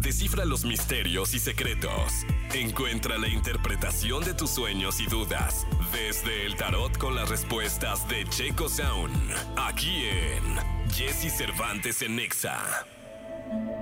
descifra los misterios y secretos. Encuentra la interpretación de tus sueños y dudas desde el tarot con las respuestas de Checo Sound. Aquí en Jesse Cervantes en Nexa.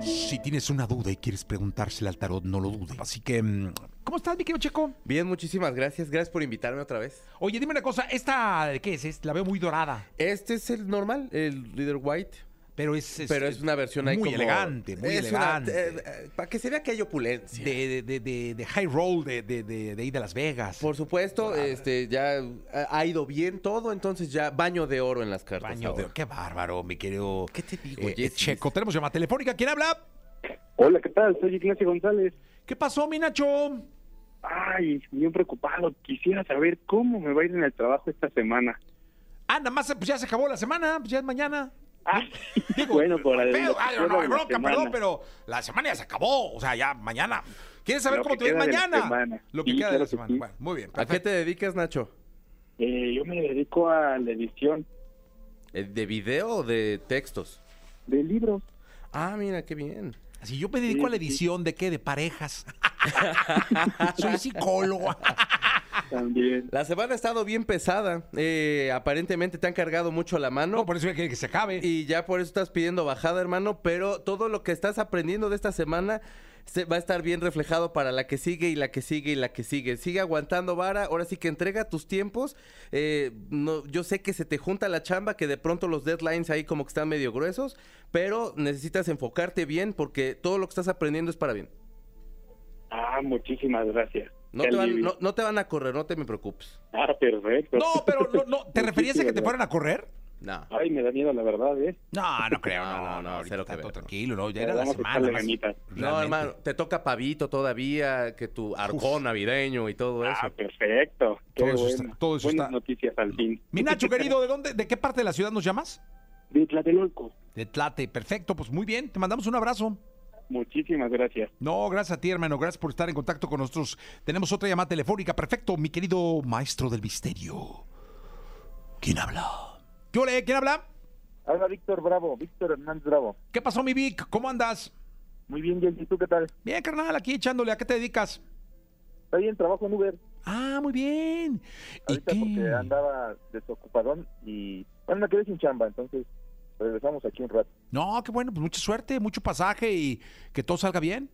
Si tienes una duda y quieres preguntársela al tarot, no lo dudes. Así que, mm, ¿cómo estás, mi querido Checo? Bien, muchísimas gracias. Gracias por invitarme otra vez. Oye, dime una cosa, ¿esta de qué es? Es- La veo muy dorada, Este es el normal, el Leader White, pero es... es- pero es una versión ahí Muy como- elegante, muy Es una- elegante. eh, eh, para que se vea que hay opulencia. de, de- de- de- de high roll de, de, de, de ahí de Las Vegas. Por supuesto, este ya ha- ha ido bien todo, entonces ya baño de oro en las cartas. Baño de- ahora. Qué bárbaro, mi querido ¿Qué te digo, eh, eh, Jesse? Checo. Tenemos llamada telefónica. ¿Quién habla? Hola, ¿qué tal? Soy Ignacio González. ¿Qué pasó, mi Nacho? Ay, bien preocupado. Quisiera saber cómo me va a ir en el trabajo esta semana. Ah, nada más, pues ya se acabó la semana, pues ya es mañana. Ah, bueno, por Pero, el- ay, lo no, hay que queda de la bronca, semana. perdón, pero la semana ya se acabó, o sea, ya mañana. ¿Quieres saber Lo cómo que te ves queda de la mañana? semana. Lo que Sí, queda de claro la que semana. sí. Bueno, muy bien. ¿A qué te dedicas, Nacho? Eh, yo me dedico a la edición Eh, ¿De video o de textos? de libros. Ah, mira, qué bien. Si yo me dedico a la Sí, sí. edición de qué, de parejas. Soy psicólogo. Ah. También. La semana ha estado bien pesada. Eh, aparentemente te han cargado mucho la mano. No, por eso ya quiere que se acabe. Y ya por eso estás pidiendo bajada, hermano. Pero todo lo que estás aprendiendo de esta semana se va a estar bien reflejado para la que sigue y la que sigue y la que sigue. Sigue aguantando vara. Ahora sí que entrega tus tiempos. Eh, no, yo sé que se te junta la chamba, que de pronto los deadlines ahí como que están medio gruesos. Pero necesitas enfocarte bien porque todo lo que estás aprendiendo es para bien. Ah, muchísimas gracias. No Qué te, van, alivio. no- no te van a correr, no te me preocupes. Ah, perfecto. No, pero no, no, ¿te referías a que te Muchísimas fueran a correr? No. gracias. Ay, me da miedo, la verdad, ¿eh? No, no creo, No, no, no, no, no, ahorita cero que está ver, todo no. tranquilo, ¿no? Ya Le era la vamos a semana. echarle más- ganitas. No, realmente. hermano, te toca pavito todavía, que tu arcón navideño y todo eso. Ah, perfecto. Qué Todo eso bueno. está- todo eso Buenas está- noticias al fin. Mi Nacho, querido, ¿de dónde, de qué parte de la ciudad nos llamas? De Tlatelolco. De Tlate, perfecto, pues muy bien, te mandamos un abrazo. Muchísimas gracias. No, gracias a ti, hermano, gracias por estar en contacto con nosotros. Tenemos otra llamada telefónica, perfecto, mi querido maestro del misterio. ¿Quién habla? ¿Qué ole? ¿Quién habla? Habla Víctor Bravo, Víctor Hernández Bravo. ¿Qué pasó, mi Vic? ¿Cómo andas? Muy bien, Jessy, ¿tú qué tal? Bien, carnal, aquí echándole, ¿a qué te dedicas? Está bien, trabajo en Uber. Ah, muy bien. ¿Y Ahorita porque qué? andaba desocupadón y... Bueno, me quedé sin chamba, entonces regresamos aquí un rato. No, qué bueno, pues mucha suerte, mucho pasaje y que todo salga bien.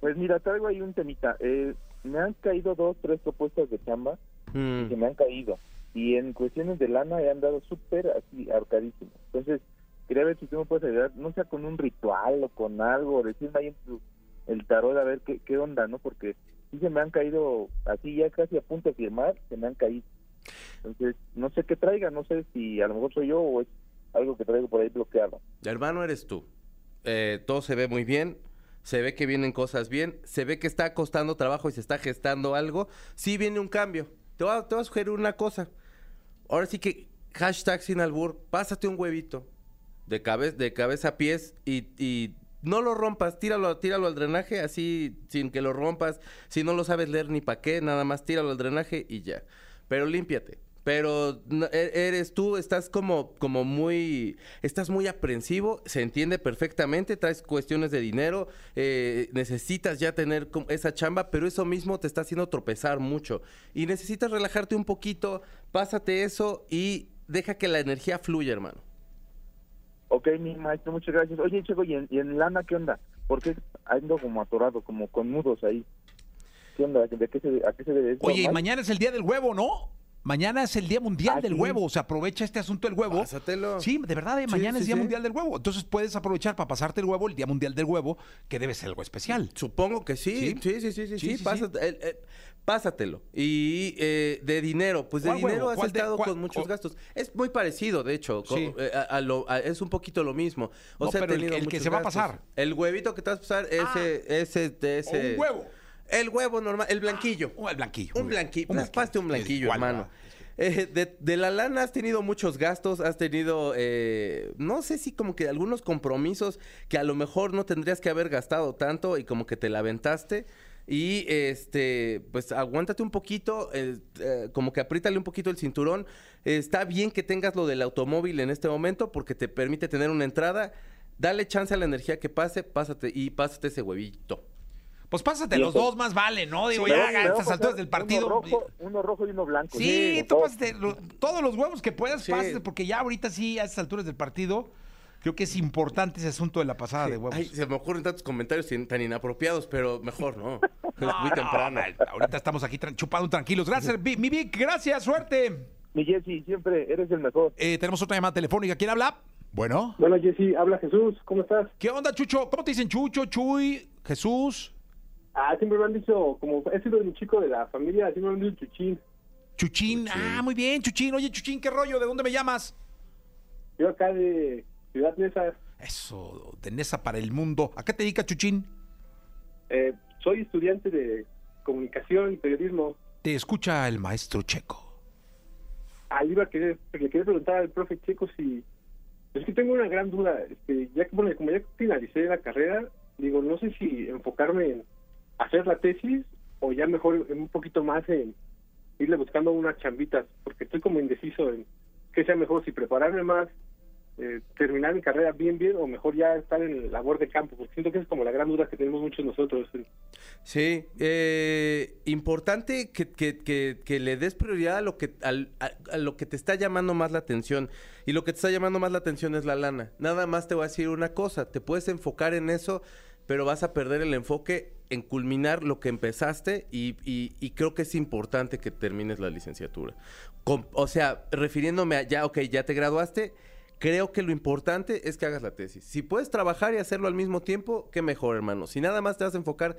Pues mira, traigo ahí un temita. Eh, me han caído dos, tres propuestas de chamba Mm. que me han caído. Y en cuestiones de lana he andado súper así, ahorcadísimo. Entonces, quería ver si tú me puedes ayudar, no sea con un ritual o con algo, decirme ahí en tu- el tarot a ver qué, qué onda, ¿no? Porque sí se me han caído, así ya casi a punto de firmar, se me han caído. Entonces, no sé qué traiga, no sé si a lo mejor soy yo o es algo que traigo por ahí bloqueado. Hermano, eres tú. Eh, todo se ve muy bien. Se ve que vienen cosas bien. Se ve que está costando trabajo y se está gestando algo. Sí viene un cambio. Te voy a, te voy a sugerir una cosa. Ahora sí que hashtag sin albur. Pásate un huevito de, cabe- de cabeza a pies y, y no lo rompas. Tíralo, tíralo al drenaje así sin que lo rompas. Si no lo sabes leer ni pa' qué, nada más tíralo al drenaje y ya. Pero límpiate. Pero no- e- eres tú, estás como, como muy, estás muy aprensivo, se entiende perfectamente, traes cuestiones de dinero, eh, necesitas ya tener como esa chamba, pero eso mismo te está haciendo tropezar mucho. Y necesitas relajarte un poquito, pásate eso y deja que la energía fluya, hermano. Ok, mi maestro, muchas gracias. Oye, Checo, ¿y en, y en lana qué onda? Porque ando como atorado, como con nudos ahí. ¿Qué onda? ¿De qué se, ¿A qué se debe? ¿Es Oye, y normal? mañana es el día del huevo, ¿no? Mañana es el Día Mundial Ah, del sí. Huevo, o sea, aprovecha este asunto del huevo. Pásatelo. Sí, de verdad, eh, Sí, mañana sí, es Día sí. Mundial del Huevo. Entonces puedes aprovechar para pasarte el huevo, el Día Mundial del Huevo, que debe ser algo especial. Supongo que sí. ¿Sí? Sí, sí, sí, sí, sí. Sí, sí, pásate- el- el- pásatelo. Y eh, de dinero, pues de ¿Cuál huevo? dinero has ¿Cuál de- estado cuál- con muchos o- gastos. Es muy parecido, de hecho. co- Sí. eh, a- a lo- a- es un poquito lo mismo. O No, sea, he pero el- tenido el que muchos se va a gastos. pasar. Ah. El huevito que te vas a pasar, ese, ese, de ese. un huevo. Ah, El huevo normal, el blanquillo. O el blanquillo. Un muy bien. blanquillo, raspaste un blanquillo, Igual, hermano. ¿verdad? Eh, de, de la lana has tenido muchos gastos, has tenido, eh, no sé si como que algunos compromisos que a lo mejor no tendrías que haber gastado tanto y como que te la aventaste. Y este, pues aguántate un poquito, eh, eh, como que apriétale un poquito el cinturón. está bien que tengas lo del automóvil en este momento porque te permite tener una entrada Dale chance a la energía que pase, pásate y pásate ese huevito. Pues pásate Y los eso- dos, más vale, ¿no? Digo, Pero ya me a va estas a alturas pasar del partido. pues, Uno rojo, uno rojo y uno blanco. Sí, con tú todo. pásate lo- todos los huevos que puedas, Sí. pásate, porque ya ahorita sí, a estas alturas del partido, creo que es importante ese asunto de la pasada de huevos. Ay, se me ocurren tantos comentarios in- tan inapropiados, pero mejor no. Es No, muy no, temprano. no, ahorita estamos aquí tran- chupando tranquilos. Gracias, Vi- mi Vic, gracias, suerte. Mi Jesse, siempre eres el mejor. Eh, tenemos otra llamada telefónica. ¿Quién habla? Bueno. Bueno, Jessy, habla Jesús, ¿cómo estás? ¿Qué onda, Chucho? ¿Cómo te dicen Chucho, Chuy, Jesús, Ah, siempre me han dicho, como he sido un chico de la familia, siempre me han dicho chuchín. Chuchín? Ah, muy bien, Chuchín. Oye, Chuchín, ¿qué rollo? ¿De dónde me llamas? Yo acá de Ciudad Neza, Eso, tenesa para el mundo. ¿A qué te dedica Chuchín? eh, soy estudiante de comunicación y periodismo. Te escucha el maestro Checo. Ahí iba a querer, le quería preguntar al profe Checo si... Es que tengo una gran duda, este, ya que, bueno, como ya finalicé la carrera, digo, no sé si enfocarme en hacer la tesis o ya mejor en un poquito más en irle buscando unas chambitas, porque estoy como indeciso en qué sea mejor, si prepararme más, eh, terminar mi carrera bien, bien, o mejor ya estar en labor de campo, porque siento que es como la gran duda que tenemos muchos nosotros. Sí, eh, importante que, que- que- que le des prioridad a lo, que, al- a, a lo que te está llamando más la atención. Y lo que te está llamando más la atención es la lana. Nada más te voy a decir una cosa, te puedes enfocar en eso, pero vas a perder el enfoque en culminar lo que empezaste y, y- y creo que es importante que termines la licenciatura. Com- o sea, refiriéndome a ya, ok, ya te graduaste, Creo que lo importante es que hagas la tesis. Si puedes trabajar y hacerlo al mismo tiempo, qué mejor, hermano. Si nada más te vas a enfocar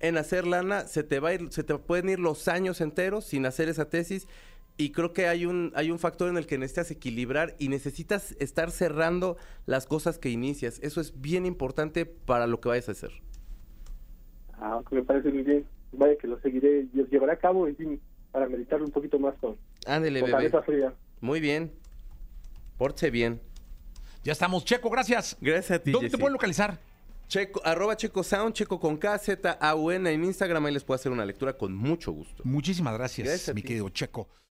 en hacer lana, se te va a ir, se te pueden ir los años enteros sin hacer esa tesis. Y creo que hay un, hay un factor en el que necesitas equilibrar y necesitas estar cerrando las cosas que inicias. Eso es bien importante para lo que vayas a hacer. Ah, me parece muy bien. Vaya que lo seguiré, lo llevaré a cabo y sí, para meditarlo un poquito más con, Ándele, con bebé. cabeza fría. Muy bien. Pórtese bien. Ya estamos, Checo, gracias. Gracias a ti, ¿Dónde te Jessy. pueden localizar? Checo, arroba Checo Sound, Checo con K, Z, A, U, N en Instagram. Ahí les puedo hacer una lectura con mucho gusto. Muchísimas gracias, Gracias a mi ti. querido Checo.